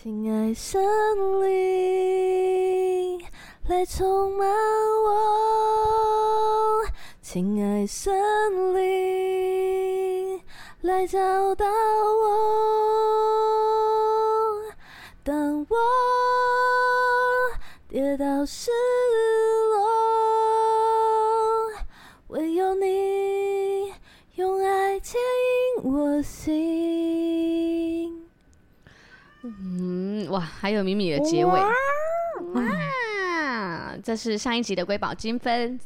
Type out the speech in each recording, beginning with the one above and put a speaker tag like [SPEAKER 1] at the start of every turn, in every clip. [SPEAKER 1] 亲爱森林，来充满我。亲爱森林，来找到我。当我跌倒失落，唯有你用爱牵引我心。
[SPEAKER 2] 嗯，哇，还有米米的结尾，
[SPEAKER 3] 嗯
[SPEAKER 2] 哇，这是上一集的瑰宝金分。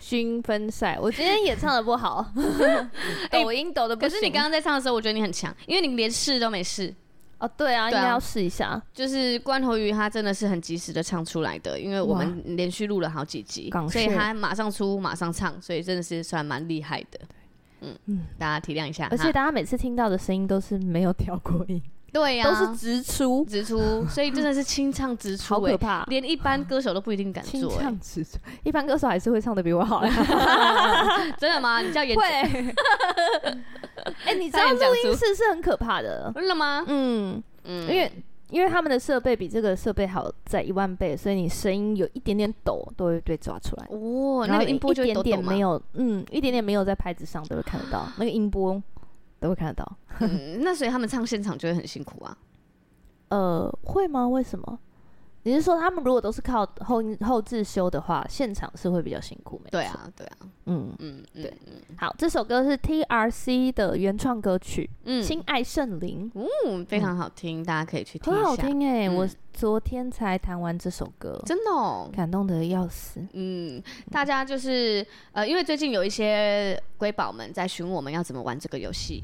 [SPEAKER 3] 均分赛，我今天也唱的不 好，哎抖音抖的不
[SPEAKER 2] 可
[SPEAKER 3] 行。
[SPEAKER 2] 是你刚刚在唱的时候，我觉得你很强，因为你连试都没试。
[SPEAKER 3] 哦，对啊，应
[SPEAKER 2] 对啊
[SPEAKER 3] 该要试一下，
[SPEAKER 2] 就是关头鱼，他真的是很及时的唱出来的，因为我们连续录了好几集
[SPEAKER 3] 港，式
[SPEAKER 2] 所以他马上出马上唱，所以真的是算蛮厉害的。嗯嗯
[SPEAKER 3] 嗯，
[SPEAKER 2] 大家体谅一下哈。
[SPEAKER 3] 而且大家每次听到的声音都是没有调过音，
[SPEAKER 2] 对呀、
[SPEAKER 3] 都是直出，
[SPEAKER 2] 直 出，所以真的是清唱直出、
[SPEAKER 3] 好
[SPEAKER 2] 欸
[SPEAKER 3] 可怕。
[SPEAKER 2] 连一般歌手都不一定敢
[SPEAKER 3] 清
[SPEAKER 2] 做、欸，
[SPEAKER 3] 唱直出，一般歌手还是会唱的比我 好。会，
[SPEAKER 2] 真的吗？你叫演
[SPEAKER 3] 哎，你知
[SPEAKER 2] 差
[SPEAKER 3] 道
[SPEAKER 2] 点讲
[SPEAKER 3] 录
[SPEAKER 2] 出
[SPEAKER 3] 音室是很可怕的，
[SPEAKER 2] 真的吗？
[SPEAKER 3] 嗯，
[SPEAKER 2] 嗯，
[SPEAKER 3] 因为因为他们的设备比这个设备好在一万倍，所以你声音有一点点抖都会被抓出来。
[SPEAKER 2] 哦，
[SPEAKER 3] 然
[SPEAKER 2] 那
[SPEAKER 3] 后
[SPEAKER 2] 个
[SPEAKER 3] 有
[SPEAKER 2] 音波
[SPEAKER 3] 一
[SPEAKER 2] 就会
[SPEAKER 3] 点
[SPEAKER 2] 抖抖
[SPEAKER 3] 点
[SPEAKER 2] 嘛
[SPEAKER 3] 没。有，嗯，一点点没有在拍子上都会看得到，那个音波都会看得到。
[SPEAKER 2] 嗯那所以他们唱现场就会很辛苦啊。
[SPEAKER 3] 呃，会吗？为什么？你是说他们如果都是靠后后置修的话，现场是会比较辛苦？没
[SPEAKER 2] 对
[SPEAKER 3] 错，
[SPEAKER 2] 啊，对啊，
[SPEAKER 3] 嗯，
[SPEAKER 2] 嗯，嗯
[SPEAKER 3] 对，好，这首歌是 T R C 的原创歌曲《亲
[SPEAKER 2] 嗯，
[SPEAKER 3] 爱圣灵》，
[SPEAKER 2] 嗯，非常好听，大家可以去听一
[SPEAKER 3] 很
[SPEAKER 2] 下。
[SPEAKER 3] 好听哎、
[SPEAKER 2] 嗯
[SPEAKER 3] 我昨天才弹完这首歌，
[SPEAKER 2] 真的哦。
[SPEAKER 3] 感动的要死。
[SPEAKER 2] 嗯，大家就是呃，因为最近有一些瑰宝们在询问我们要怎么玩这个游戏。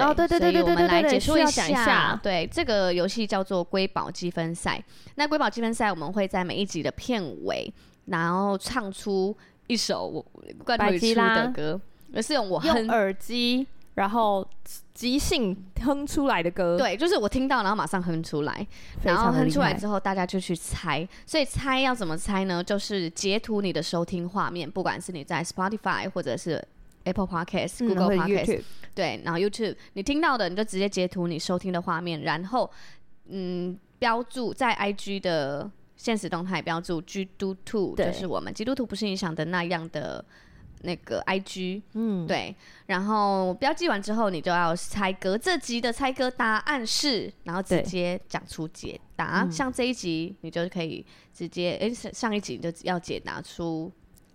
[SPEAKER 3] 哦对对对
[SPEAKER 2] 所以我
[SPEAKER 3] 对对
[SPEAKER 2] 们来
[SPEAKER 3] 对对
[SPEAKER 2] 解说一
[SPEAKER 3] 需要讲一下
[SPEAKER 2] 对，这个游戏叫做瑰宝积分赛。那瑰宝积分赛，我们会在每一集的片尾，然后唱出一首我罐头
[SPEAKER 3] 百
[SPEAKER 2] 语
[SPEAKER 3] 吉
[SPEAKER 2] 出的
[SPEAKER 3] 拉
[SPEAKER 2] 歌，而是用我
[SPEAKER 3] 用
[SPEAKER 2] 哼，
[SPEAKER 3] 耳机，然后即兴哼出来的歌，，
[SPEAKER 2] 对，就是我听到，然后马上哼出来。
[SPEAKER 3] 非
[SPEAKER 2] 然后
[SPEAKER 3] 常的
[SPEAKER 2] 哼
[SPEAKER 3] 厉
[SPEAKER 2] 出来
[SPEAKER 3] 害
[SPEAKER 2] 之。后，大家就去猜。所以猜要怎么猜呢？就是截图你的收听画面，不管是你在 Spotify 或者是 Apple Podcast、
[SPEAKER 3] 嗯
[SPEAKER 2] Google
[SPEAKER 3] 会
[SPEAKER 2] Podcast，、
[SPEAKER 3] YouTube
[SPEAKER 2] 对，然后 YouTube，你听到的你就直接截图你收听的画面，然后嗯，标注在 IG 的现实动态标注基督徒，就
[SPEAKER 3] 对
[SPEAKER 2] 是我们基督徒不是你想的那样的那个 IG，
[SPEAKER 3] 嗯，
[SPEAKER 2] 对，然后标记完之后，你就要猜歌。这集的猜歌答案是，然后直
[SPEAKER 3] 对
[SPEAKER 2] 接讲出解答。
[SPEAKER 3] 嗯
[SPEAKER 2] 像这一集，你就可以直接，诶，上上一集你就要解答出，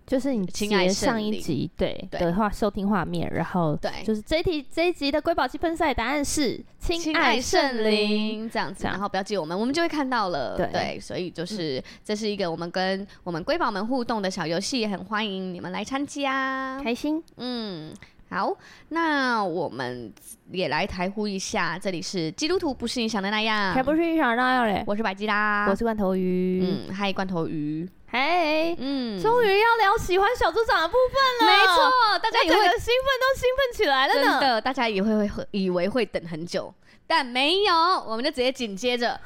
[SPEAKER 3] 就是你
[SPEAKER 2] 亲爱
[SPEAKER 3] 截
[SPEAKER 2] 圣
[SPEAKER 3] 上一
[SPEAKER 2] 灵
[SPEAKER 3] 集对
[SPEAKER 2] 对
[SPEAKER 3] 的话收听画面，然后
[SPEAKER 2] 对，
[SPEAKER 3] 就是这一题这一集的瑰宝积分赛答案是《亲爱圣灵》。
[SPEAKER 2] 这样子，
[SPEAKER 3] 这样
[SPEAKER 2] 然后标记我们，我们就会看到了。
[SPEAKER 3] 对
[SPEAKER 2] 所以就是这是一个我们跟我们瑰宝们互动的小游戏，也很欢迎你们来参加。
[SPEAKER 3] 开心，
[SPEAKER 2] 嗯，好，那我们也来台呼一下，这里是基督徒不是你想的那样，
[SPEAKER 3] 才不是一场那样嘞！
[SPEAKER 2] 我是白吉啦，
[SPEAKER 3] 我是罐头鱼，
[SPEAKER 2] 嗯，嗨罐头鱼，
[SPEAKER 3] 嘿，
[SPEAKER 2] 嗯，
[SPEAKER 3] 终于要聊喜欢小组长的部分了，
[SPEAKER 2] 没错，
[SPEAKER 3] 大
[SPEAKER 2] 大家
[SPEAKER 3] 家
[SPEAKER 2] 也
[SPEAKER 3] 整个
[SPEAKER 2] 会
[SPEAKER 3] 兴奋都兴奋起来
[SPEAKER 2] 真
[SPEAKER 3] 了呢。
[SPEAKER 2] 的，大家也会会以为会等很久，但没有，我们就直接紧接 着，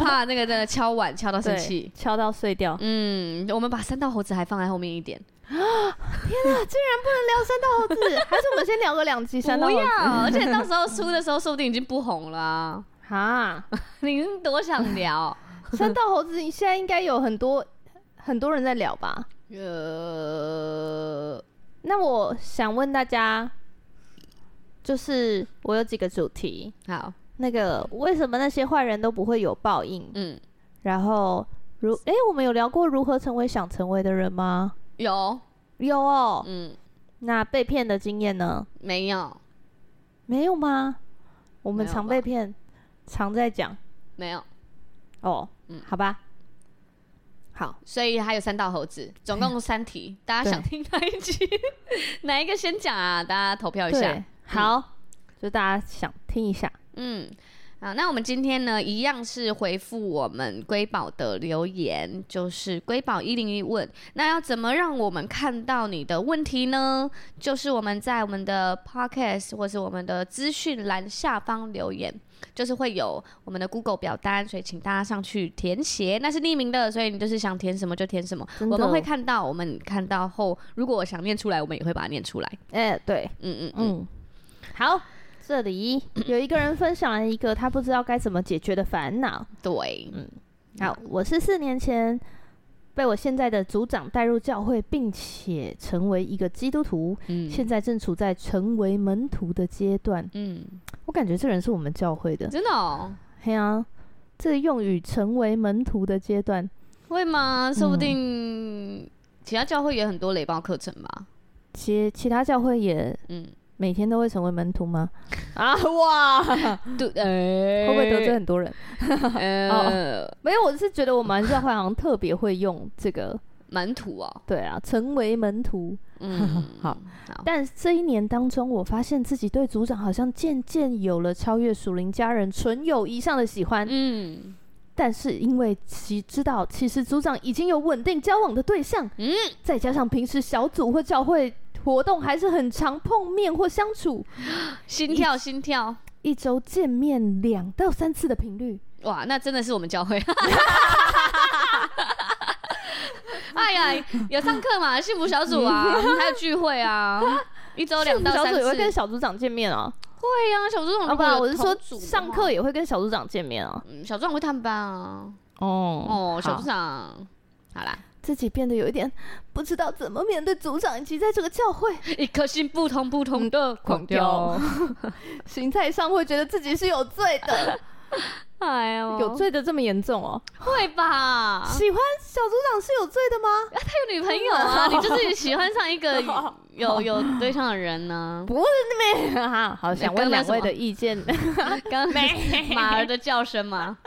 [SPEAKER 2] 怕那个真的敲碗敲到生
[SPEAKER 3] 对，。
[SPEAKER 2] 气
[SPEAKER 3] 敲到碎掉，
[SPEAKER 2] 嗯，我们把三道猴子还放在后面一点，
[SPEAKER 3] 聊三道猴子，还是我们先聊个两集三道
[SPEAKER 2] 不
[SPEAKER 3] 猴
[SPEAKER 2] 要，
[SPEAKER 3] 子？
[SPEAKER 2] 而且到时候出的时候，说不定已经不红了 啊、
[SPEAKER 3] 哈，
[SPEAKER 2] 你是多想 聊？
[SPEAKER 3] 三道猴子，你现在应该有很多很多人在聊吧？
[SPEAKER 2] 呃，
[SPEAKER 3] 那我想问大家，就是我有几个主题，
[SPEAKER 2] 好，
[SPEAKER 3] 那个为什么那些坏人都不会有报应？
[SPEAKER 2] 嗯，
[SPEAKER 3] 然后如诶，我们有聊过如何成为想成为的人吗？
[SPEAKER 2] 有，
[SPEAKER 3] 有哦。
[SPEAKER 2] 嗯，
[SPEAKER 3] 那被骗的经验呢？
[SPEAKER 2] 没有，
[SPEAKER 3] 没有吗？我们
[SPEAKER 2] 没有
[SPEAKER 3] 常
[SPEAKER 2] 吧
[SPEAKER 3] 被骗，常在讲
[SPEAKER 2] 没有，
[SPEAKER 3] 哦。
[SPEAKER 2] 嗯
[SPEAKER 3] 好吧。好，
[SPEAKER 2] 所以还有三道猴子，总共三题，大家想听哪一集？ 哪一个先讲啊？大家投票一下
[SPEAKER 3] 对。，嗯好，就大家想听一下。
[SPEAKER 2] 嗯，啊，那我们今天呢，一样是回复我们瑰宝的留言，就是瑰宝一零一问，那要怎么让我们看到你的问题呢？就是我们在我们的 podcast 或是我们的资讯栏下方留言，就是会有我们的 Google 表单，所以请大家上去填写，那是匿名的，所以你就是想填什么就填什么，
[SPEAKER 3] 真的
[SPEAKER 2] 我们会看到，我们看到后，如果我想念出来，我们也会把它念出来。
[SPEAKER 3] 哎、对，
[SPEAKER 2] 嗯嗯嗯，
[SPEAKER 3] 嗯，好，这里有一个人分享了一个他不知道该怎么解决的烦恼。
[SPEAKER 2] 嗯对，
[SPEAKER 3] 嗯好，我是四年前被我现在的组长带入教会，并且成为一个基督徒，
[SPEAKER 2] 嗯
[SPEAKER 3] 现在正处在成为门徒的阶段。
[SPEAKER 2] 嗯，
[SPEAKER 3] 我感觉这人是我们教会的，
[SPEAKER 2] 真的哦，
[SPEAKER 3] 嘿啊，这个用语“成为门徒”的阶段，
[SPEAKER 2] 会
[SPEAKER 3] 嗯
[SPEAKER 2] 吗？说不定其他教会也很多雷包课程吧。
[SPEAKER 3] 其其他教会也
[SPEAKER 2] 嗯，
[SPEAKER 3] 每天都会成为门徒吗？ 啊哇，会
[SPEAKER 2] 对， 哎
[SPEAKER 3] 不会得罪很哦多人？
[SPEAKER 2] 呃，
[SPEAKER 3] 没有，我是觉得我们教会好像特别会用这个，
[SPEAKER 2] 蛮土哦。
[SPEAKER 3] 对啊，成为门徒。
[SPEAKER 2] 嗯，
[SPEAKER 3] 好
[SPEAKER 2] 好，
[SPEAKER 3] 但这一年当中，我发现自己对组长好像渐渐有了超越属灵家人纯友谊上的喜欢，
[SPEAKER 2] 嗯
[SPEAKER 3] 但是因为其知道其实组长已经有稳定交往的对象，
[SPEAKER 2] 嗯，
[SPEAKER 3] 再加上平时小组或教会活动还是很常碰面或相处，
[SPEAKER 2] 心跳心跳，
[SPEAKER 3] 一周见面两到三次的频率，
[SPEAKER 2] 哇，那真的是我们教会。 哎呀，有上课嘛？幸福小组 啊，还有聚会啊，一周两到
[SPEAKER 3] 小
[SPEAKER 2] 三
[SPEAKER 3] 组也会跟
[SPEAKER 2] 次。
[SPEAKER 3] 小组长见面啊，
[SPEAKER 2] 会啊，小组这种
[SPEAKER 3] 啊
[SPEAKER 2] 如
[SPEAKER 3] 不
[SPEAKER 2] 果
[SPEAKER 3] 然
[SPEAKER 2] 有
[SPEAKER 3] 我是
[SPEAKER 2] 同
[SPEAKER 3] 说
[SPEAKER 2] 组的
[SPEAKER 3] 上
[SPEAKER 2] 话
[SPEAKER 3] 课也会跟小组长见面啊。
[SPEAKER 2] 嗯，小壮会探班啊。
[SPEAKER 3] 哦
[SPEAKER 2] 哦，小
[SPEAKER 3] 好
[SPEAKER 2] 组长，好啦，
[SPEAKER 3] 自己变得有一点不知道怎么面对组长以及在这个教会。
[SPEAKER 2] 一颗心扑通扑通的嗯
[SPEAKER 3] 狂
[SPEAKER 2] 狂跳。
[SPEAKER 3] 形态上会觉得自己是有罪的，
[SPEAKER 2] 哎呦，
[SPEAKER 3] 有罪的这么严重哦？
[SPEAKER 2] 会 吧？啊
[SPEAKER 3] 喜欢小组长是有罪的吗？
[SPEAKER 2] 他有女朋友啊， 你就是喜欢上一 个有有对象的人 呢、
[SPEAKER 3] 不是妹 哈，好想问两位的意 见。
[SPEAKER 2] 啊刚刚是 马儿的叫声吗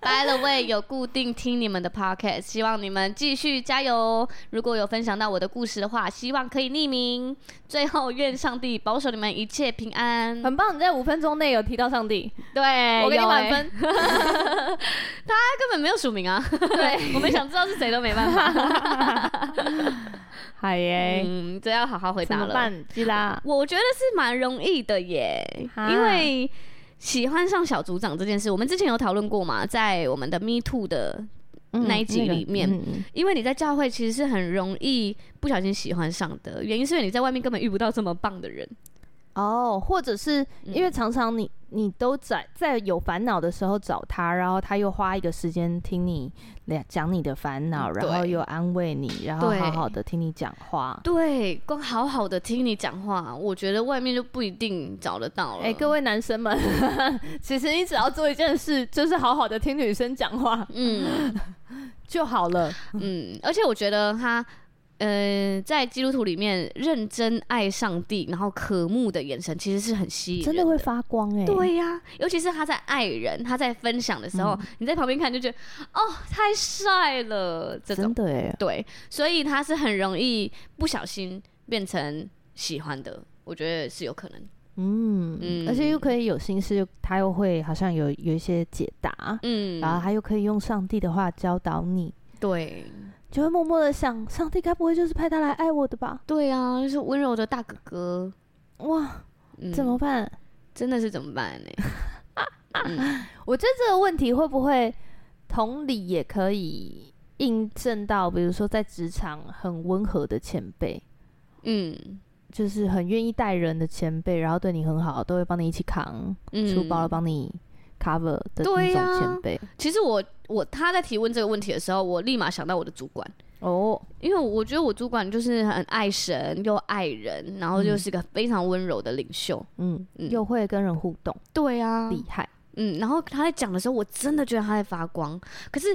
[SPEAKER 2] ？By the way，有固定听你们的 podcast，希望你们继续加油哦。如果有分享到我的故事的话，希望可以匿名。最后，愿上帝保守你们一切平安。
[SPEAKER 3] 很棒，你在五分钟内有提到上 帝，
[SPEAKER 2] 嗯对，
[SPEAKER 3] 我给你
[SPEAKER 2] 有
[SPEAKER 3] 满
[SPEAKER 2] 欸
[SPEAKER 3] 分。
[SPEAKER 2] 他根本没有署名啊。对， 我们想知道是谁都没办法。
[SPEAKER 3] 海耶，
[SPEAKER 2] 嗯，这要好好回
[SPEAKER 3] 怎
[SPEAKER 2] 答
[SPEAKER 3] 么
[SPEAKER 2] 了。
[SPEAKER 3] 办？基拉，
[SPEAKER 2] 我觉得是蛮容易的耶，
[SPEAKER 3] 哈
[SPEAKER 2] 因为喜欢上小组长这件事，我们之前有讨论过嘛，在我们的 Me Too 的，
[SPEAKER 3] 嗯
[SPEAKER 2] 那一集
[SPEAKER 3] 个
[SPEAKER 2] 里面
[SPEAKER 3] 嗯嗯
[SPEAKER 2] 因为你在教会其实是很容易不小心喜欢上的，原因是因为你在外面根本遇不到这么棒的人。
[SPEAKER 3] 哦，或者是
[SPEAKER 2] 嗯
[SPEAKER 3] 因为常常你你都在在有烦恼的时候找他，然后他又花一个时间听你俩讲你的烦恼，
[SPEAKER 2] 嗯
[SPEAKER 3] 然后
[SPEAKER 2] 对
[SPEAKER 3] 又安慰你，然后
[SPEAKER 2] 对
[SPEAKER 3] 好好的听你讲话。
[SPEAKER 2] 对，光好好的听你讲话，我觉得外面就不一定找得到了。
[SPEAKER 3] 哎、各
[SPEAKER 2] 位，
[SPEAKER 3] 位男生们， 其实你只要做一件事，就是好好的听女生讲 话
[SPEAKER 2] 嗯
[SPEAKER 3] 就好了。
[SPEAKER 2] 嗯，而且我觉得他。呃，在基督徒里面，认真爱上帝，然后渴慕的眼神，其实是很吸引人
[SPEAKER 3] 真的会发光哎、
[SPEAKER 2] 对呀、尤其是他在爱人、他在分享的时候，
[SPEAKER 3] 嗯
[SPEAKER 2] 你在旁边看就觉得哦，太帅了，这
[SPEAKER 3] 真
[SPEAKER 2] 种
[SPEAKER 3] 的哎、
[SPEAKER 2] 对，所以他是很容易不小心变成喜欢的，我觉得是有可能。
[SPEAKER 3] 嗯，
[SPEAKER 2] 嗯
[SPEAKER 3] 而且又可以有心事，又他又会好像有有一些解答，
[SPEAKER 2] 嗯，
[SPEAKER 3] 然后他又可以用上帝的话教导你，
[SPEAKER 2] 对
[SPEAKER 3] 就会默默的想，上帝该不会就是派他来爱我的吧？
[SPEAKER 2] 对啊，就是温柔的大哥哥，
[SPEAKER 3] 哇，
[SPEAKER 2] 嗯、
[SPEAKER 3] 怎么办？
[SPEAKER 2] 真的是怎么办呢？嗯
[SPEAKER 3] 我觉得这个问题会不会同理也可以印证到，比如说在职场很温和的前辈，
[SPEAKER 2] 嗯
[SPEAKER 3] 就是很愿意带人的前辈，然后对你很好，都会帮你一起扛
[SPEAKER 2] 嗯，
[SPEAKER 3] 书包，帮你 cover 的那
[SPEAKER 2] 对
[SPEAKER 3] 种
[SPEAKER 2] 呀
[SPEAKER 3] 前辈。
[SPEAKER 2] 其实我我他在提问这个问题的时候，我立马想到我的主管。
[SPEAKER 3] 哦，
[SPEAKER 2] 因为我觉得我主管就是很爱神又爱人，然后又是个非常温柔的领袖。
[SPEAKER 3] 嗯，
[SPEAKER 2] 嗯
[SPEAKER 3] 又会跟人互动，
[SPEAKER 2] 对啊
[SPEAKER 3] 厉害。
[SPEAKER 2] 嗯，然后他在讲的时候，我真的觉得他在发光。可是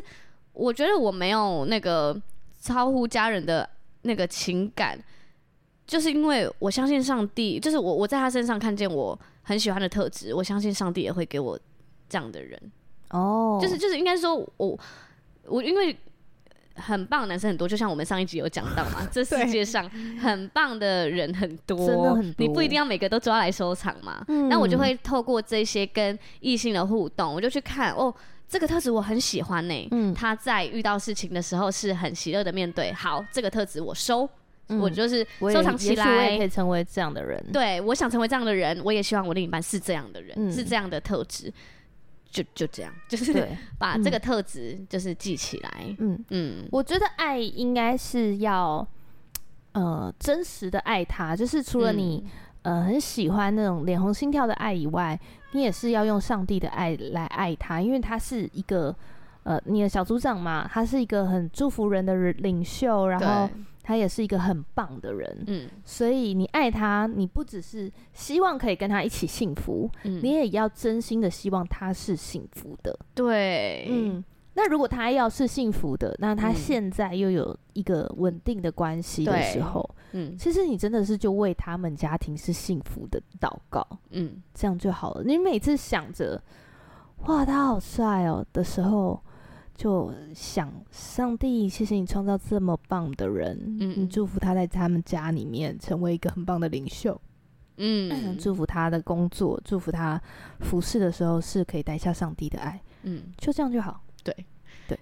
[SPEAKER 2] 我觉得我没有那个超乎家人的那个情感，就是因为我相信上帝，就是我我在他身上看见我很喜欢的特质，我相信上帝也会给我这样的人。
[SPEAKER 3] 哦，
[SPEAKER 2] 就是就是应该说我我因为很棒的男生很多，就像我们上一集有讲到嘛，这世界上很棒的人很多，
[SPEAKER 3] 真的很多
[SPEAKER 2] 你不一定要每个都抓来收藏嘛。
[SPEAKER 3] 嗯
[SPEAKER 2] 那我就会透过这些跟异性的互动，我就去看哦，这个特质我很喜欢呢、
[SPEAKER 3] 嗯
[SPEAKER 2] 他在遇到事情的时候是很喜乐的面对，好，这个特质我收，我
[SPEAKER 3] 嗯
[SPEAKER 2] 就是
[SPEAKER 3] 我也
[SPEAKER 2] 收藏起
[SPEAKER 3] 也许我也可
[SPEAKER 2] 来。
[SPEAKER 3] 以成为这样的人。
[SPEAKER 2] 对，我想成为这样的人，我也希望我另一半是这样的人，
[SPEAKER 3] 嗯
[SPEAKER 2] 是这样的特质，就就这样，就是
[SPEAKER 3] 对，
[SPEAKER 2] 把
[SPEAKER 3] 嗯
[SPEAKER 2] 这个特质就是记起来。
[SPEAKER 3] 嗯，
[SPEAKER 2] 嗯
[SPEAKER 3] 我觉得爱
[SPEAKER 2] 嗯
[SPEAKER 3] 应该是要。呃，真实的爱他，就是除了你、呃很喜欢那种脸红心跳的爱以外，你也是要用上帝的爱来爱他，因为他是一个呃你的小组长嘛，他是一个很祝福人的人领袖，然后
[SPEAKER 2] 嗯对
[SPEAKER 3] 他也是一个很棒的人，
[SPEAKER 2] 嗯
[SPEAKER 3] 所以你爱他，你不只是希望可以跟他一起幸福，
[SPEAKER 2] 嗯，
[SPEAKER 3] 你也要真心的希望他是幸福的。
[SPEAKER 2] 对，
[SPEAKER 3] 嗯，那如果他要是幸福的，那他
[SPEAKER 2] 嗯
[SPEAKER 3] 现在又有一个稳定的关系的
[SPEAKER 2] 对
[SPEAKER 3] 时候，
[SPEAKER 2] 嗯
[SPEAKER 3] 其实你真的是就为他们家庭是幸福的祷告，
[SPEAKER 2] 嗯，
[SPEAKER 3] 这样就好了。你每次想着“哇，他好帅哦”的时候，就想上帝，谢谢你创造这么棒的人，
[SPEAKER 2] 嗯
[SPEAKER 3] 你祝福他在他们家里面成为一个很棒的领袖，
[SPEAKER 2] 嗯，
[SPEAKER 3] 祝福他的工作，祝福他服侍的时候是可以带下上帝的爱，
[SPEAKER 2] 嗯，
[SPEAKER 3] 就这样就好。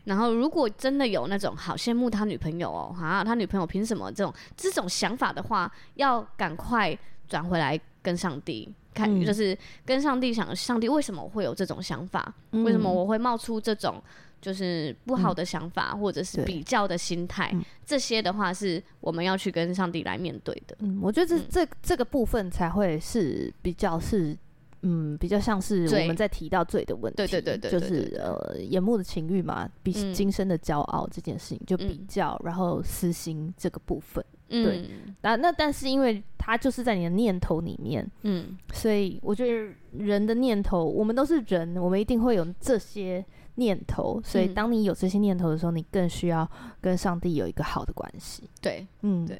[SPEAKER 2] 然后如果真的有那种好羡慕他女朋友哦，啊，他女朋友凭什么这种这种想法的话，要赶快转回来跟上帝看，
[SPEAKER 3] 嗯
[SPEAKER 2] 就是跟上帝想，上帝为什么我会有这种想法？为什么
[SPEAKER 3] 嗯
[SPEAKER 2] 我会冒出这种就是不好的想法，或者是
[SPEAKER 3] 对
[SPEAKER 2] 比较的心态？
[SPEAKER 3] 嗯
[SPEAKER 2] 这些的话是我们要去跟上帝来面对的。
[SPEAKER 3] 嗯，我觉得这、
[SPEAKER 2] 嗯
[SPEAKER 3] 这这个部分才会是比较是，嗯，比较像是
[SPEAKER 2] 罪
[SPEAKER 3] 我们在提到罪的问题，
[SPEAKER 2] 对对对对
[SPEAKER 3] 就
[SPEAKER 2] 对对
[SPEAKER 3] 是
[SPEAKER 2] 对
[SPEAKER 3] 呃，眼目的情欲嘛，比
[SPEAKER 2] 嗯
[SPEAKER 3] 今生的骄傲这件事情，就比
[SPEAKER 2] 嗯
[SPEAKER 3] 较，然后私心这个部分。对
[SPEAKER 2] 嗯
[SPEAKER 3] 那那但是因为它就是在你的念头里面，
[SPEAKER 2] 嗯
[SPEAKER 3] 所以我觉得人的念头，我们都是人，我们一定会有这些念头，所以
[SPEAKER 2] 嗯
[SPEAKER 3] 当你有这些念头的时候，你更需要跟上帝有一个好的关系。
[SPEAKER 2] 对
[SPEAKER 3] 嗯，
[SPEAKER 2] 对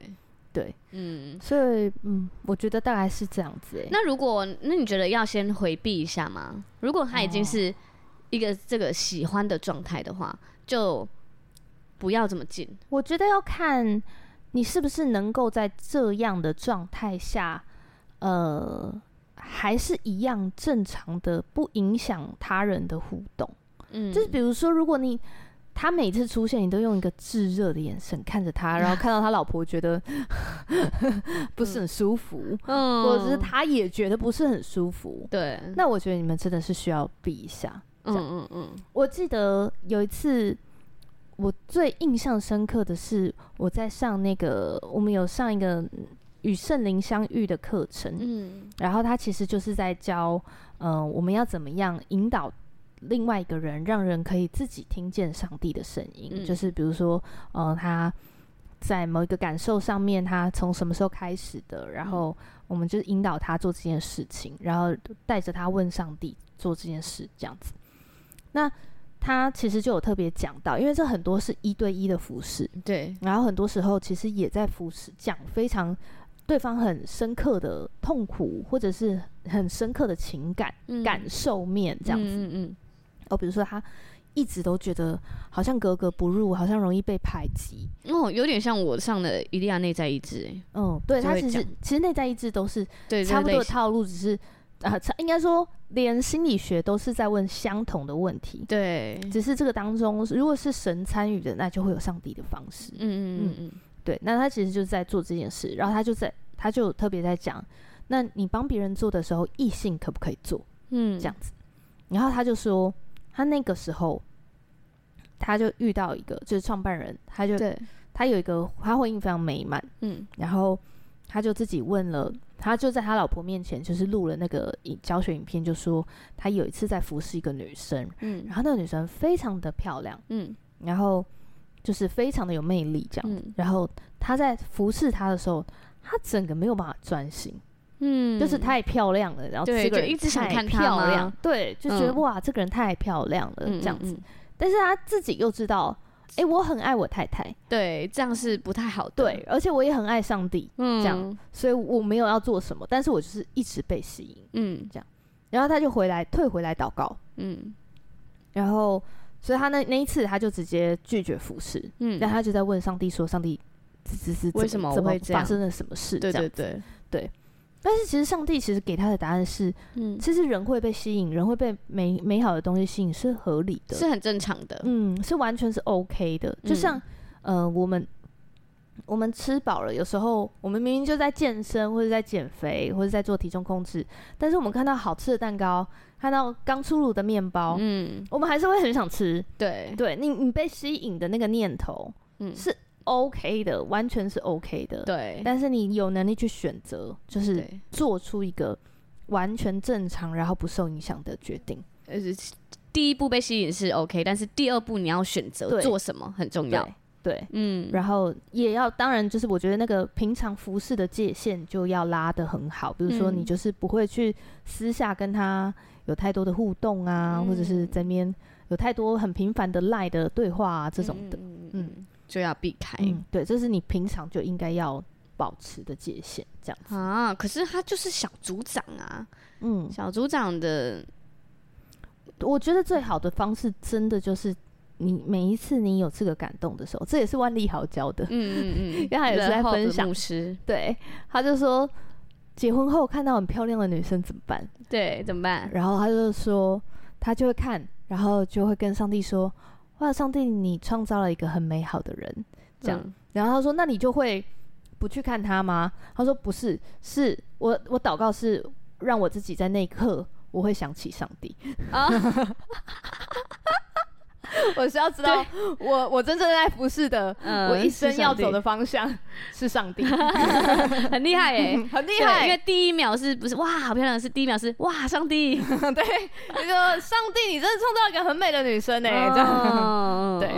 [SPEAKER 3] 对，
[SPEAKER 2] 嗯。
[SPEAKER 3] 所以嗯，我觉得大概是这样子、欸。
[SPEAKER 2] 那如果那你觉得要先回避一下吗？如果他已
[SPEAKER 3] 哦
[SPEAKER 2] 经是一个这个喜欢的状态的话，就不要这么近。
[SPEAKER 3] 我觉得要看你是不是能够在这样的状态下，呃，还是一样正常的，不影响他人的互动。
[SPEAKER 2] 嗯，
[SPEAKER 3] 就是比如说，如果你他每次出现，你都用一个炙热的眼神看着他，然后看到他老婆觉得 不是很舒服，
[SPEAKER 2] 嗯
[SPEAKER 3] 或者是他也觉得不是很舒服，
[SPEAKER 2] 对，
[SPEAKER 3] 那我觉得你们真的是需要避一下。
[SPEAKER 2] 嗯嗯嗯
[SPEAKER 3] 我记得有一次，我最印象深刻的是我在上那个我们有上一个与圣灵相遇的课程，
[SPEAKER 2] 嗯
[SPEAKER 3] 然后他其实就是在教，嗯、我们要怎么样引导另外一个人，让人可以自己听见上帝的声音，
[SPEAKER 2] 嗯
[SPEAKER 3] 就是比如说，呃，他在某一个感受上面，他从什么时候开始的，然后
[SPEAKER 2] 嗯
[SPEAKER 3] 我们就引导他做这件事情，然后带着他问上帝做这件事，这样子。那他其实就有特别讲到，因为这很多是一对一的服饰，
[SPEAKER 2] 对，
[SPEAKER 3] 然后很多时候其实也在扶持讲非常对方很深刻的痛苦，或者是很深刻的情感、
[SPEAKER 2] 嗯
[SPEAKER 3] 感受面这样子。
[SPEAKER 2] 嗯嗯
[SPEAKER 3] 哦，比如说他一直都觉得好像格格不入，好像容易被排挤。
[SPEAKER 2] 嗯，哦，有点像我上的伊利亚内在意志，哎
[SPEAKER 3] 嗯，对
[SPEAKER 2] 就
[SPEAKER 3] 他
[SPEAKER 2] 会
[SPEAKER 3] 其实
[SPEAKER 2] 讲
[SPEAKER 3] 其实内在一直都是
[SPEAKER 2] 对，
[SPEAKER 3] 差不
[SPEAKER 2] 这
[SPEAKER 3] 多
[SPEAKER 2] 类
[SPEAKER 3] 的
[SPEAKER 2] 型
[SPEAKER 3] 套路，只是啊、差应该说连心理学都是在问相同的问题。
[SPEAKER 2] 对，
[SPEAKER 3] 只是这个当中，如果是神参与的，那就会有上帝的方式。
[SPEAKER 2] 嗯嗯嗯
[SPEAKER 3] 对，那他其实就是在做这件事，然后他就在他就特别在讲，那你帮别人做的时候，异性可不可以做
[SPEAKER 2] 嗯，
[SPEAKER 3] 这样子？然后他就说，他那个时候他就遇到一个就是创办人，他就
[SPEAKER 2] 对，
[SPEAKER 3] 他有一个他婚姻非常美满，
[SPEAKER 2] 嗯
[SPEAKER 3] 然后他就自己问了，他就在他老婆面前就是录了那个影教学影片，就说他有一次在服侍一个女生，
[SPEAKER 2] 嗯
[SPEAKER 3] 然后那个女生非常的漂亮，
[SPEAKER 2] 嗯
[SPEAKER 3] 然后就是非常的有魅力这样。
[SPEAKER 2] 嗯
[SPEAKER 3] 然后他在服侍她的时候，他整个没有办法专心，
[SPEAKER 2] 嗯，
[SPEAKER 3] 就是太漂亮了，然后
[SPEAKER 2] 对
[SPEAKER 3] 这个
[SPEAKER 2] 就
[SPEAKER 3] 人
[SPEAKER 2] 一直想
[SPEAKER 3] 太
[SPEAKER 2] 看她
[SPEAKER 3] 漂
[SPEAKER 2] 吗
[SPEAKER 3] 亮，对，就觉得、
[SPEAKER 2] 嗯
[SPEAKER 3] 哇，这个人太漂亮了
[SPEAKER 2] 嗯
[SPEAKER 3] 这样
[SPEAKER 2] 嗯
[SPEAKER 3] 子。
[SPEAKER 2] 嗯
[SPEAKER 3] 但是他自己又知道，哎、我很爱我太太，
[SPEAKER 2] 对，这样是不太好的，
[SPEAKER 3] 对，，而且我也很爱上帝，
[SPEAKER 2] 嗯，
[SPEAKER 3] 这样，所以我没有要做什么，但是我就是一直被吸引。
[SPEAKER 2] 嗯
[SPEAKER 3] 然后他就回来退回来祷告，
[SPEAKER 2] 嗯
[SPEAKER 3] 然后所以他那那一次他就直接拒绝服侍，
[SPEAKER 2] 嗯，
[SPEAKER 3] 那、他就在问上帝说：“上帝，这这是
[SPEAKER 2] 为什么
[SPEAKER 3] 怎
[SPEAKER 2] 我
[SPEAKER 3] 么
[SPEAKER 2] 会这
[SPEAKER 3] 发
[SPEAKER 2] 样
[SPEAKER 3] 生了什么事？”
[SPEAKER 2] 对
[SPEAKER 3] 这样
[SPEAKER 2] 对对，
[SPEAKER 3] 但是其实上帝其实给他的答案是，
[SPEAKER 2] 嗯，
[SPEAKER 3] 其实人会被吸引，人会被美美好的东西吸引是合理的，
[SPEAKER 2] 是嗯很正常的。
[SPEAKER 3] 嗯，是完全是 OK 的。就像、呃，我们我们吃饱了，有时候我们明明就在健身或者在减肥或者在做体重控制，但是我们看到好吃的蛋糕，看到刚出炉的面包，
[SPEAKER 2] 嗯，
[SPEAKER 3] 我们还是会很想吃。
[SPEAKER 2] 对，
[SPEAKER 3] 对你，你被吸引的那个念头
[SPEAKER 2] 嗯
[SPEAKER 3] 是 OK 的，完全是 OK 的。
[SPEAKER 2] 对，
[SPEAKER 3] 但是你有能力去选择，就是
[SPEAKER 2] 对，
[SPEAKER 3] 做出一个完全正常，然后不受影响的决定。
[SPEAKER 2] 呃，第一步被吸引是 OK，但是第二步你要选择
[SPEAKER 3] 对
[SPEAKER 2] 做什么很重要
[SPEAKER 3] 对。对，
[SPEAKER 2] 嗯，
[SPEAKER 3] 然后也要，当然就是我觉得那个平常服饰的界限就要拉得很好，比如说你
[SPEAKER 2] 嗯
[SPEAKER 3] 就是不会去私下跟他有太多的互动啊，或者是
[SPEAKER 2] 嗯
[SPEAKER 3] 在面有太多很频繁的赖的对话啊这种的。
[SPEAKER 2] 嗯，嗯
[SPEAKER 3] 嗯
[SPEAKER 2] 嗯就要避开。
[SPEAKER 3] 嗯，对，这是你平常就应该要保持的界限，这样子。
[SPEAKER 2] 啊！可是他就是小组长啊，
[SPEAKER 3] 嗯，
[SPEAKER 2] 小组长的
[SPEAKER 3] 我觉得最好的方式真的就是你每一次你有这个感动的时候，这也是万利豪教的。
[SPEAKER 2] 嗯嗯嗯，
[SPEAKER 3] 因为他也是在
[SPEAKER 2] 然后
[SPEAKER 3] 分
[SPEAKER 2] 的
[SPEAKER 3] 享
[SPEAKER 2] 牧师，
[SPEAKER 3] 对，他就说结婚后看到很漂亮的女生怎么办？
[SPEAKER 2] 对，怎么办？
[SPEAKER 3] 然后他就说他就会看，然后就会跟上帝说：“哇，上帝，你创造了一个很美好的人。”这样，
[SPEAKER 2] 嗯
[SPEAKER 3] 然后他说：“那你就会不去看他吗？”他说：“不是，是我我祷告是让我自己在那一刻我会想起上帝。
[SPEAKER 2] 啊，
[SPEAKER 3] 我是要知道我我真正在服侍的，
[SPEAKER 2] 嗯
[SPEAKER 3] 我一生要走的
[SPEAKER 2] 是
[SPEAKER 3] 方向是上 帝，
[SPEAKER 2] 上帝嗯 很厉害耶，
[SPEAKER 3] 哎很厉
[SPEAKER 2] 对
[SPEAKER 3] 害。
[SPEAKER 2] 因为第一秒是不是哇，好漂亮的是第一秒是哇，上 帝，
[SPEAKER 3] 对，就说上帝，你真的创造了一个很美的女生呢、
[SPEAKER 2] 哎
[SPEAKER 3] 欸这样。
[SPEAKER 2] 哦
[SPEAKER 3] 对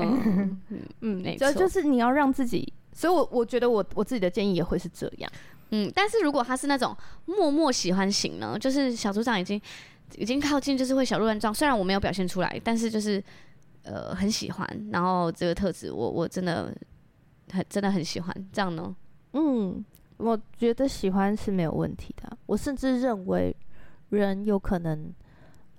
[SPEAKER 3] 嗯
[SPEAKER 2] 没
[SPEAKER 3] 就
[SPEAKER 2] 错
[SPEAKER 3] 就是你要让自己，所以我我觉得我我自己的建议也会是这样，
[SPEAKER 2] 嗯，但是如果他是那种默默喜欢型呢，就是小组长已经已经靠近，就是会小鹿乱撞。虽然我没有表现出来，但是就是呃很喜欢，然后这个特质我我真的很真的很喜欢，这样呢？
[SPEAKER 3] 嗯，我觉得喜欢是没有问题的啊，我甚至认为人有可能，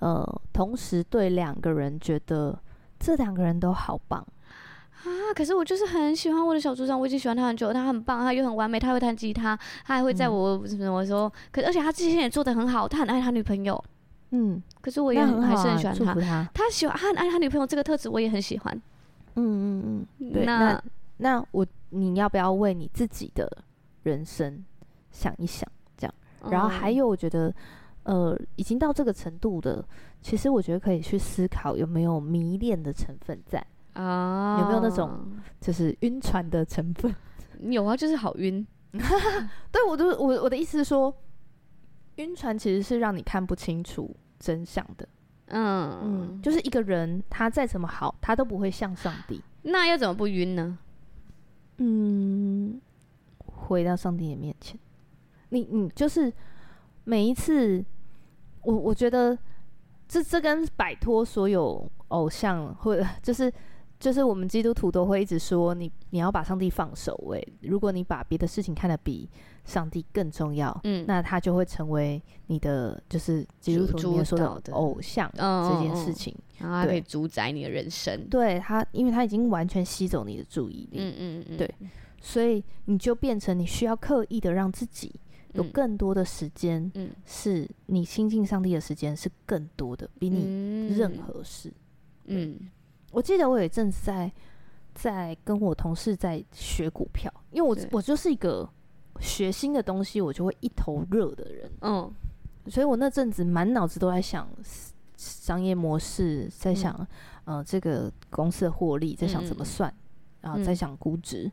[SPEAKER 3] 呃，同时对两个人觉得这两个人都好棒，
[SPEAKER 2] 啊，可是我就是很喜欢我的小组长，我已经喜欢他很久了，他很棒，他又很完美，他会弹吉他，他还会在
[SPEAKER 3] 嗯
[SPEAKER 2] 我什么时候，可而且他之前也做的很好，他很爱他女朋友，
[SPEAKER 3] 嗯，
[SPEAKER 2] 可是我也
[SPEAKER 3] 那很
[SPEAKER 2] 很
[SPEAKER 3] 好、
[SPEAKER 2] 还
[SPEAKER 3] 啊，
[SPEAKER 2] 是很喜欢
[SPEAKER 3] 祝
[SPEAKER 2] 他
[SPEAKER 3] 福。他，
[SPEAKER 2] 他喜欢，他很爱他女朋友这个特质，我也很喜欢。
[SPEAKER 3] 嗯嗯嗯，对，
[SPEAKER 2] 那
[SPEAKER 3] 那那我你要不要为你自己的人生想一想？然后还
[SPEAKER 2] 嗯
[SPEAKER 3] 有，我觉得，呃，已经到这个程度的，其实我觉得可以去思考有没有迷恋的成分在，
[SPEAKER 2] 啊，
[SPEAKER 3] 有没有那种就是晕船的成分。
[SPEAKER 2] 有啊，就是好晕。
[SPEAKER 3] 对我的我我的意思是说，晕船其实是让你看不清楚真相的。
[SPEAKER 2] 嗯
[SPEAKER 3] 嗯，，就是一个人他再怎么好，他都不会像上帝。
[SPEAKER 2] 那要怎么不晕呢？
[SPEAKER 3] 嗯，回到上帝的面前，你你就是每一次，我我觉得这这跟摆脱所有偶像或者就是就是我们基督徒都会一直说你你要把上帝放首位，如果你把别的事情看得比上帝更重要，
[SPEAKER 2] 嗯，
[SPEAKER 3] 那他就会成为你的就是基督徒里面说
[SPEAKER 2] 主导的
[SPEAKER 3] 的偶像
[SPEAKER 2] 嗯
[SPEAKER 3] 这件
[SPEAKER 2] 嗯
[SPEAKER 3] 事
[SPEAKER 2] 嗯
[SPEAKER 3] 情，
[SPEAKER 2] 然后它可
[SPEAKER 3] 对
[SPEAKER 2] 以主宰你的人生。
[SPEAKER 3] 对他，因为他已经完全吸走你的注意力，
[SPEAKER 2] 嗯嗯嗯，
[SPEAKER 3] 对所以你就变成你需要刻意的让自己有
[SPEAKER 2] 嗯
[SPEAKER 3] 更多的时间，
[SPEAKER 2] 嗯
[SPEAKER 3] 是你亲近上帝的时间是更多的，比你
[SPEAKER 2] 嗯
[SPEAKER 3] 任何事。
[SPEAKER 2] 嗯
[SPEAKER 3] 我记得我有一阵子在在跟我同事在学股票，因为我
[SPEAKER 2] 对
[SPEAKER 3] 我就是一个学新的东西我就会一头热的人，
[SPEAKER 2] 嗯
[SPEAKER 3] 所以我那阵子满脑子都在想 s- 商业模式，在想、呃这个公司的获利，在想怎么
[SPEAKER 2] 嗯嗯嗯嗯
[SPEAKER 3] 算，然后
[SPEAKER 2] 嗯
[SPEAKER 3] 在想估值。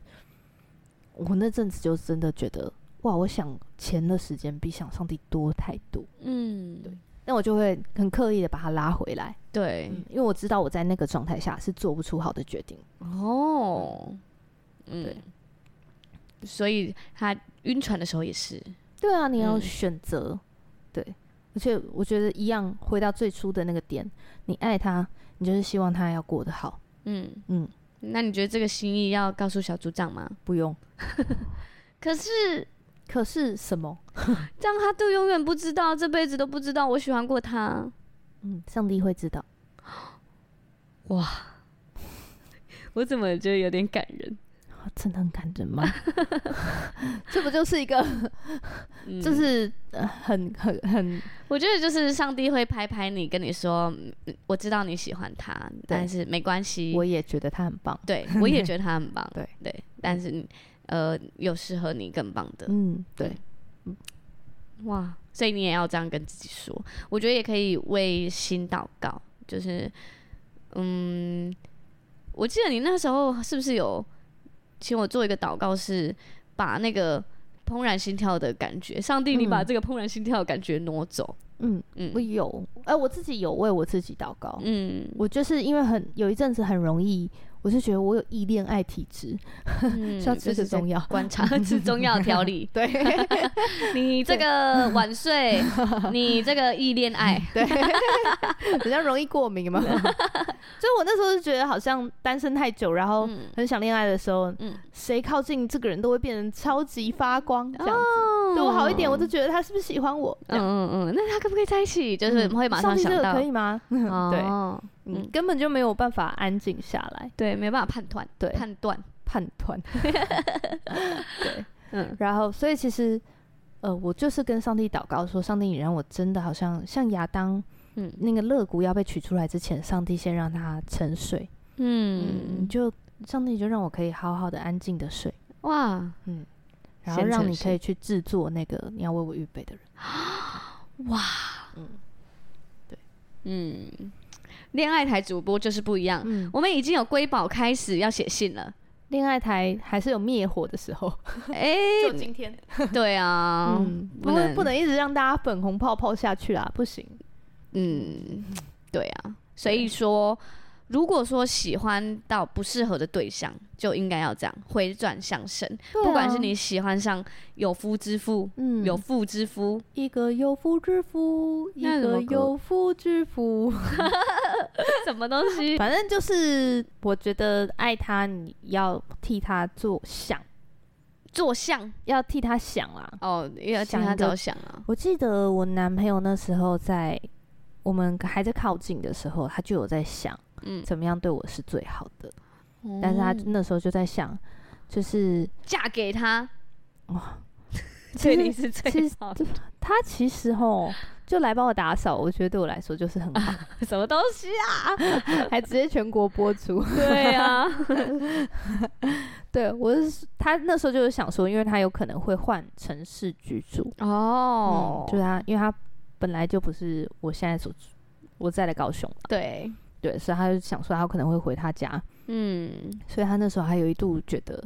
[SPEAKER 3] 我那阵子就真的觉得，哇，我想钱的时间比想上帝多太多，
[SPEAKER 2] 嗯，对
[SPEAKER 3] 那我就会很刻意的把它拉回来，
[SPEAKER 2] 对
[SPEAKER 3] 嗯因为我知道我在那个状态下是做不出好的决定。
[SPEAKER 2] 哦，嗯
[SPEAKER 3] 对，
[SPEAKER 2] 所以他晕船的时候也是，
[SPEAKER 3] 对啊，你要
[SPEAKER 2] 嗯
[SPEAKER 3] 选择，对，而且我觉得一样，回到最初的那个点，你爱他，你就是希望他要过得好，
[SPEAKER 2] 嗯嗯
[SPEAKER 3] 嗯。
[SPEAKER 2] 那你觉得这个心意要告诉小组长吗？
[SPEAKER 3] 不用。
[SPEAKER 2] 可是
[SPEAKER 3] 可是什么？
[SPEAKER 2] 这样他都永远不知道，这辈子都不知道我喜欢过他。
[SPEAKER 3] 嗯，上帝会知道。
[SPEAKER 2] 我怎么觉得有点感人？
[SPEAKER 3] 啊真的很感人吗？ 这不就是一个，就
[SPEAKER 2] 嗯
[SPEAKER 3] 是呃很很很
[SPEAKER 2] 我觉得就是上帝会拍拍你，跟你说，嗯我知道你喜欢他，但是没关系，
[SPEAKER 3] 我也觉得他很棒。
[SPEAKER 2] 对我也觉得他很棒，
[SPEAKER 3] 对
[SPEAKER 2] 对，但是你呃有适合你更棒的，
[SPEAKER 3] 嗯，对，
[SPEAKER 2] 哇，所以你也要这样跟自己说，我觉得也可以为心祷告，就是嗯，我记得你那时候是不是有请我做一个祷告，是把那个怦然心跳的感觉，上帝，你把
[SPEAKER 3] 嗯
[SPEAKER 2] 这个怦然心跳的感觉挪走。
[SPEAKER 3] 嗯，
[SPEAKER 2] 嗯
[SPEAKER 3] 我有，哎、我自己有为我自己祷告，
[SPEAKER 2] 嗯，
[SPEAKER 3] 我就是因为很有一阵子很容易，我是觉得我有易恋爱体质，
[SPEAKER 2] 嗯
[SPEAKER 3] 是要吃
[SPEAKER 2] 就
[SPEAKER 3] 吃
[SPEAKER 2] 是在
[SPEAKER 3] 中药， ，
[SPEAKER 2] 观察吃中药调理
[SPEAKER 3] 对
[SPEAKER 2] 你这个晚睡，你这个易恋爱，
[SPEAKER 3] 对， 比较容易过敏嘛。所
[SPEAKER 2] 嗯
[SPEAKER 3] 以我那时候就觉得好像单身太久，然后
[SPEAKER 2] 嗯
[SPEAKER 3] 很想恋爱的时候，
[SPEAKER 2] 嗯
[SPEAKER 3] 谁靠近这个人都会变成超级发光这样子。
[SPEAKER 2] 哦
[SPEAKER 3] 对我好一点，我就觉得他是不是喜欢我？这
[SPEAKER 2] 嗯
[SPEAKER 3] 样
[SPEAKER 2] 嗯嗯，那他可不可以在一起？就是
[SPEAKER 3] 嗯
[SPEAKER 2] 会马上
[SPEAKER 3] 帝这
[SPEAKER 2] 想
[SPEAKER 3] 个
[SPEAKER 2] 到
[SPEAKER 3] 可，以吗？
[SPEAKER 2] 哦，
[SPEAKER 3] 嗯
[SPEAKER 2] 嗯，
[SPEAKER 3] 根本就没有办法安静下来
[SPEAKER 2] 对，没办法判断，
[SPEAKER 3] 对
[SPEAKER 2] 判断，
[SPEAKER 3] 判 断。对，
[SPEAKER 2] 嗯
[SPEAKER 3] 然后所以其实，呃，我就是跟上帝祷告说，上帝，你让我真的好像像亚当
[SPEAKER 2] 嗯
[SPEAKER 3] 那个肋骨要被取出来之前，上帝先让他沉睡，嗯，你
[SPEAKER 2] 嗯，
[SPEAKER 3] 就上帝就让我可以好好的安静的睡，
[SPEAKER 2] 哇
[SPEAKER 3] 嗯，然后
[SPEAKER 2] 先
[SPEAKER 3] 让
[SPEAKER 2] 沉
[SPEAKER 3] 你可
[SPEAKER 2] 睡
[SPEAKER 3] 以去制作那个你要为我预备的人。
[SPEAKER 2] 哇，嗯，嗯，恋爱台主播就是不一样。
[SPEAKER 3] 嗯，
[SPEAKER 2] 我们已经有瑰宝开始要写 信了，
[SPEAKER 3] 恋爱台还是有灭火的时候，
[SPEAKER 2] 哎，
[SPEAKER 3] 就今天。
[SPEAKER 2] 对啊，
[SPEAKER 3] 嗯，
[SPEAKER 2] 不
[SPEAKER 3] 不能
[SPEAKER 2] 能
[SPEAKER 3] 不能一直让大家粉红泡泡下去啦，不行。
[SPEAKER 2] 嗯，对啊，所以说，如果说喜欢到不适合的对象，就应该要这样回转向神，
[SPEAKER 3] 对啊
[SPEAKER 2] 不管是你喜欢上有夫之妇。
[SPEAKER 3] 嗯
[SPEAKER 2] 有妇 之夫，
[SPEAKER 3] 一个有夫之妇，一
[SPEAKER 2] 那怎么
[SPEAKER 3] 个
[SPEAKER 2] 歌
[SPEAKER 3] 有夫之妇，
[SPEAKER 2] 什么东西？
[SPEAKER 3] 反正就是我觉得爱他，你要替他做想，
[SPEAKER 2] 坐相
[SPEAKER 3] 要替他想啊啦。
[SPEAKER 2] 哦，也要替
[SPEAKER 3] 想一
[SPEAKER 2] 他
[SPEAKER 3] 个
[SPEAKER 2] 着想啊。
[SPEAKER 3] 我记得我男朋友那时候在我们还在靠近的时候，他就有在想
[SPEAKER 2] 嗯，哦
[SPEAKER 3] 怎么样对我是最好的，但是他那时候就在想，就是
[SPEAKER 2] 嫁给他，
[SPEAKER 3] 其
[SPEAKER 2] 对你
[SPEAKER 3] 实
[SPEAKER 2] 是
[SPEAKER 3] 其
[SPEAKER 2] 最
[SPEAKER 3] 实
[SPEAKER 2] 好的。
[SPEAKER 3] 他其实吼就来帮我打扫，我觉得对我来说就是很 好，
[SPEAKER 2] 什么东西 啊？
[SPEAKER 3] 还直接全国播出。
[SPEAKER 2] 对啊，
[SPEAKER 3] 对我是他那时候就是想说，因为他有可能会换城市居住，
[SPEAKER 2] 哦
[SPEAKER 3] 嗯，就是他，因为他本来就不是我现在所住，我在的高雄嘛，
[SPEAKER 2] 对，
[SPEAKER 3] 对，所以他就想说他有可能会回他家，
[SPEAKER 2] 嗯
[SPEAKER 3] 所以他那时候还有一度觉得，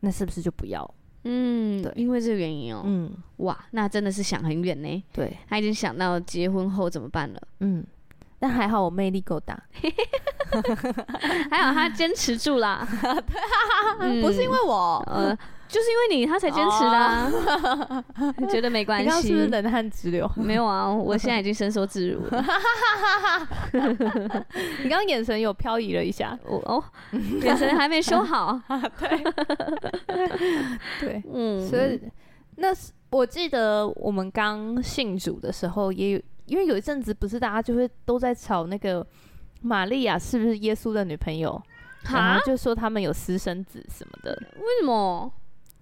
[SPEAKER 3] 那是不是就不要？
[SPEAKER 2] 嗯
[SPEAKER 3] 对，
[SPEAKER 2] 因为这个原因哦，
[SPEAKER 3] 嗯，
[SPEAKER 2] 哇，那真的是想很远呢。
[SPEAKER 3] 对，
[SPEAKER 2] 他已经想到结婚后怎么办 了。
[SPEAKER 3] 嗯，但还好我魅力够大，
[SPEAKER 2] 还好他坚持 住啦，嗯
[SPEAKER 3] 啊不是因为我，
[SPEAKER 2] 呃，就是因为你他才坚持的、啊， 你觉得没关
[SPEAKER 3] 你刚刚
[SPEAKER 2] 系？
[SPEAKER 3] 是不是冷汗直流？
[SPEAKER 2] 没有啊，我现在已经伸缩自如了。
[SPEAKER 3] 你刚刚眼神有漂移了一 下，
[SPEAKER 2] 我哦，眼神还没修 好。
[SPEAKER 3] 啊对，
[SPEAKER 2] 嗯，
[SPEAKER 3] 所以那是我记得我们刚信主的时候，也有因为有一阵子不是大家就会都在吵那个玛利亚是不是耶稣的女朋友，然
[SPEAKER 2] 哈，
[SPEAKER 3] 后就说他们有私生子什么的，
[SPEAKER 2] 为什么？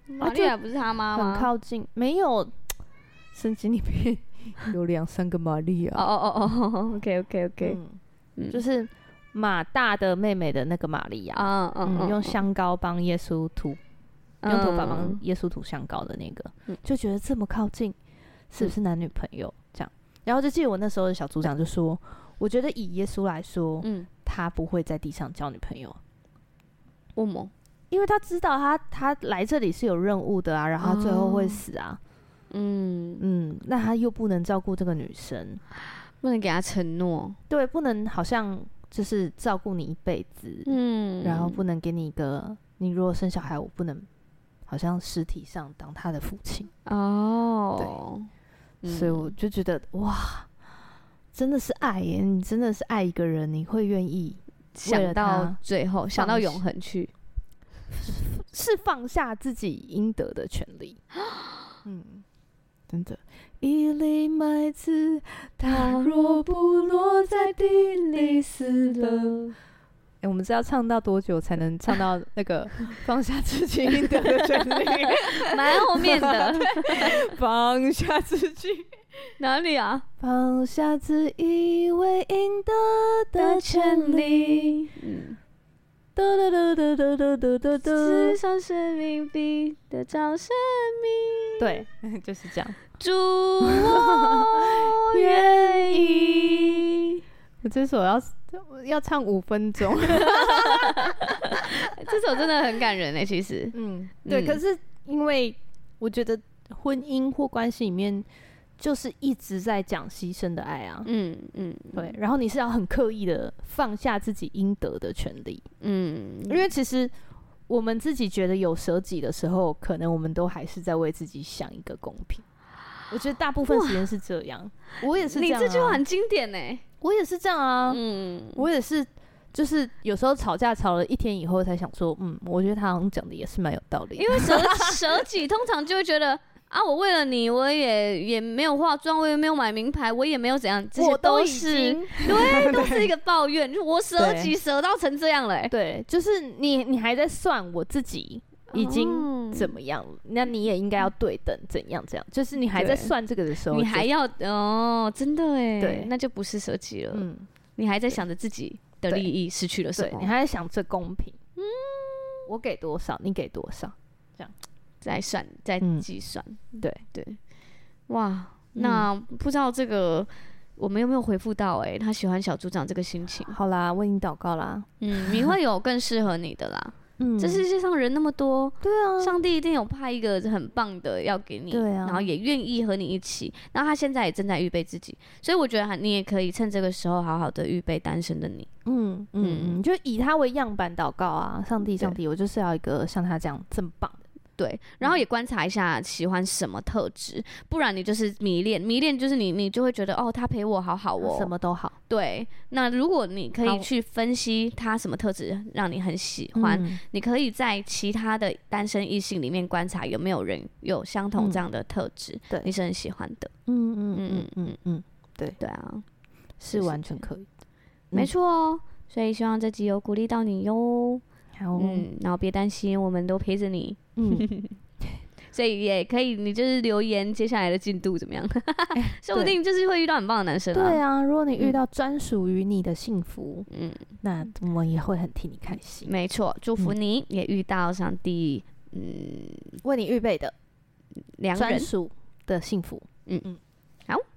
[SPEAKER 2] 玛利亚不是他妈
[SPEAKER 3] 很
[SPEAKER 2] 吗？
[SPEAKER 3] 靠近，没有圣经里面有两三个玛利
[SPEAKER 2] 哦
[SPEAKER 3] 亚，
[SPEAKER 2] 哦哦哦，OK OK OK，
[SPEAKER 3] 嗯
[SPEAKER 2] 嗯
[SPEAKER 3] 就是马大的妹妹的那个玛利亚。
[SPEAKER 2] 啊嗯
[SPEAKER 3] 嗯，用香膏帮耶稣涂，用头发帮
[SPEAKER 2] 嗯
[SPEAKER 3] 耶稣涂香膏的那个，
[SPEAKER 2] 嗯
[SPEAKER 3] 就觉得这么靠近，是不是男女朋友、这样？然后就记得我那时候的小组长就说，我觉得以耶稣来说，
[SPEAKER 2] 嗯，
[SPEAKER 3] 他不会在地上交女朋友，
[SPEAKER 2] 我
[SPEAKER 3] 嗯
[SPEAKER 2] 么？
[SPEAKER 3] 因为他知道他他来这里是有任务的啊，然后他最后会
[SPEAKER 2] 哦
[SPEAKER 3] 死啊，
[SPEAKER 2] 嗯，
[SPEAKER 3] 嗯，那他又不能照顾这个女生，
[SPEAKER 2] 不能给他承诺。
[SPEAKER 3] 对，不能好像就是照顾你一辈子，
[SPEAKER 2] 嗯，
[SPEAKER 3] 然后不能给你一个，你如果生小孩，我不能好像实体上当他的父亲，
[SPEAKER 2] 哦，
[SPEAKER 3] 所以我就觉得哇，真的是爱耶！你真的是爱一个人，你会愿意为
[SPEAKER 2] 想
[SPEAKER 3] 了
[SPEAKER 2] 到
[SPEAKER 3] 他
[SPEAKER 2] 最后，想
[SPEAKER 3] 放
[SPEAKER 2] 到
[SPEAKER 3] 弃
[SPEAKER 2] 永恒去。
[SPEAKER 3] 是放下自己应得的权利。嗯，真的。一粒麦子，它若不落在地里死了。哎、我们是要唱到多久才能唱到那 个放下自己应得的权利？
[SPEAKER 2] 蛮后面的
[SPEAKER 3] 放下自己，
[SPEAKER 2] 哪里啊？
[SPEAKER 3] 放下自以为应得的权利。
[SPEAKER 2] 嗯，
[SPEAKER 3] 嘟嘟嘟嘟嘟嘟嘟嘟
[SPEAKER 2] 世
[SPEAKER 3] 嘟，
[SPEAKER 2] 上生命必得着生命。，哦
[SPEAKER 3] 对， 就是这样。
[SPEAKER 2] 祝我愿意
[SPEAKER 3] 我这首要要唱五分钟。
[SPEAKER 2] 这首真的很感人哎，其实，
[SPEAKER 3] 嗯，对。
[SPEAKER 2] 嗯
[SPEAKER 3] 可是因为我觉得婚姻或关系里面，就是一直在讲牺牲的爱啊。
[SPEAKER 2] 嗯嗯
[SPEAKER 3] 对，然后你是要很刻意的放下自己应得的权利，
[SPEAKER 2] 嗯，
[SPEAKER 3] 因为其实我们自己觉得有舍己的时候，可能我们都还是在为自己想一个公平。我觉得大部分时间是这样，我也是这
[SPEAKER 2] 你
[SPEAKER 3] 样、啊。
[SPEAKER 2] 这句话很经典哎，
[SPEAKER 3] 我也是这样啊。
[SPEAKER 2] 嗯，
[SPEAKER 3] 我也是，就是有时候吵架吵了一天以后，才想说，嗯，我觉得他好像讲的也是蛮有道理的。
[SPEAKER 2] 因为舍舍己通常就会觉得 啊，我为了你，我也也没有化妆，我也没有买名牌，我也没有怎样，这些
[SPEAKER 3] 我都已
[SPEAKER 2] 是
[SPEAKER 3] 经
[SPEAKER 2] 对，都是一个抱怨，就是我舍
[SPEAKER 3] 对
[SPEAKER 2] 己舍到成这样了哎，
[SPEAKER 3] 对，就是你你还在算我自己 已经
[SPEAKER 2] 哦嗯
[SPEAKER 3] 怎么样了，那你也应该要对等怎样怎样，就是你还在
[SPEAKER 2] 对
[SPEAKER 3] 算这个的时候，
[SPEAKER 2] 你
[SPEAKER 3] 就
[SPEAKER 2] 还要哦，真的哎，
[SPEAKER 3] 对
[SPEAKER 2] 那就不是舍己了，
[SPEAKER 3] 嗯，
[SPEAKER 2] 你还在想着自己的
[SPEAKER 3] 对
[SPEAKER 2] 利益失去了什
[SPEAKER 3] 对
[SPEAKER 2] 么
[SPEAKER 3] 你，还在想这公平，我给多少，你给多少，
[SPEAKER 2] 再算再
[SPEAKER 3] 嗯
[SPEAKER 2] 计算，
[SPEAKER 3] 对
[SPEAKER 2] 对，哇，
[SPEAKER 3] 嗯
[SPEAKER 2] 那不知道这个我们有没有回复到哎、他喜欢小组长这个心情，
[SPEAKER 3] 好啦，为你祷告啦，
[SPEAKER 2] 嗯，你会有更适合你的啦。
[SPEAKER 3] 嗯，
[SPEAKER 2] 这世界上人那么多，
[SPEAKER 3] 对啊，
[SPEAKER 2] 上帝一定有派一个很棒的要给你，
[SPEAKER 3] 对啊
[SPEAKER 2] 然后也愿意和你一起。然后他现在也正在预备自己，所以我觉得还你也可以趁这个时候好好的预备单身的你。
[SPEAKER 3] 嗯嗯
[SPEAKER 2] 嗯
[SPEAKER 3] 嗯，就以他为样板祷告啊，上帝，
[SPEAKER 2] 对
[SPEAKER 3] 上帝，我就是要一个像他这样这么棒的，
[SPEAKER 2] 对，然后也观察一下喜欢什么特质，不然你就是迷恋，迷恋就是你，你就会觉得哦，他陪我好好哦，
[SPEAKER 3] 啊什么都好，
[SPEAKER 2] 对，那如果你可
[SPEAKER 3] 好
[SPEAKER 2] 以去分析他什么特质让你很喜欢，
[SPEAKER 3] 嗯
[SPEAKER 2] 你可以在其他的单身异性里面观察有没有人有相同这样的特质，
[SPEAKER 3] 嗯对
[SPEAKER 2] 你是很喜欢的。
[SPEAKER 3] 嗯嗯嗯
[SPEAKER 2] 嗯
[SPEAKER 3] 嗯嗯，
[SPEAKER 2] 对啊，
[SPEAKER 3] 是完全可以。
[SPEAKER 2] 没
[SPEAKER 3] 嗯
[SPEAKER 2] 错哦。所以希望这集有鼓励到你哟。
[SPEAKER 3] 好，
[SPEAKER 2] 嗯，然后别担心，我们都陪着你。
[SPEAKER 3] 嗯，
[SPEAKER 2] 所以也可以，你就是留言接下来的进度怎么样？ 说不
[SPEAKER 3] 哎对
[SPEAKER 2] 定就是会遇到很棒的男生
[SPEAKER 3] 对
[SPEAKER 2] 啊，
[SPEAKER 3] 啊，如果你遇
[SPEAKER 2] 嗯
[SPEAKER 3] 到专属于你的幸福，
[SPEAKER 2] 嗯，
[SPEAKER 3] 那我们也会很替你开心，
[SPEAKER 2] 没错，祝
[SPEAKER 3] 嗯
[SPEAKER 2] 福你、也遇到上帝嗯
[SPEAKER 3] 为你预备的
[SPEAKER 2] 良
[SPEAKER 3] 专
[SPEAKER 2] 人。
[SPEAKER 3] 属的幸福。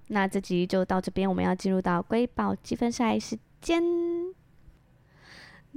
[SPEAKER 2] 那这集就到这边，我们要进入到瑰宝积分赛时间。呐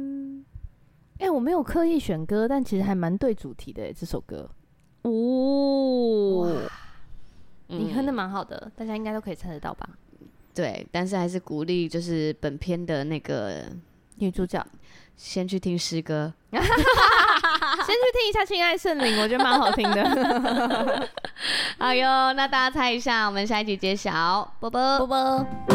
[SPEAKER 3] 哎，我没有刻意选歌，但其实还蛮对主题的诶。这首歌
[SPEAKER 2] 哦，嗯
[SPEAKER 3] 你哼的蛮好的，大家应该都可以猜得到吧？
[SPEAKER 2] 对，但是还是鼓励，就是本片的那个
[SPEAKER 3] 女主角
[SPEAKER 2] 先去听诗歌。
[SPEAKER 3] 先去听一下《亲爱圣灵》，我觉得蛮好听的。
[SPEAKER 2] 哎呦，那大家猜一下，我们下一集揭晓，啵啵
[SPEAKER 3] 波波。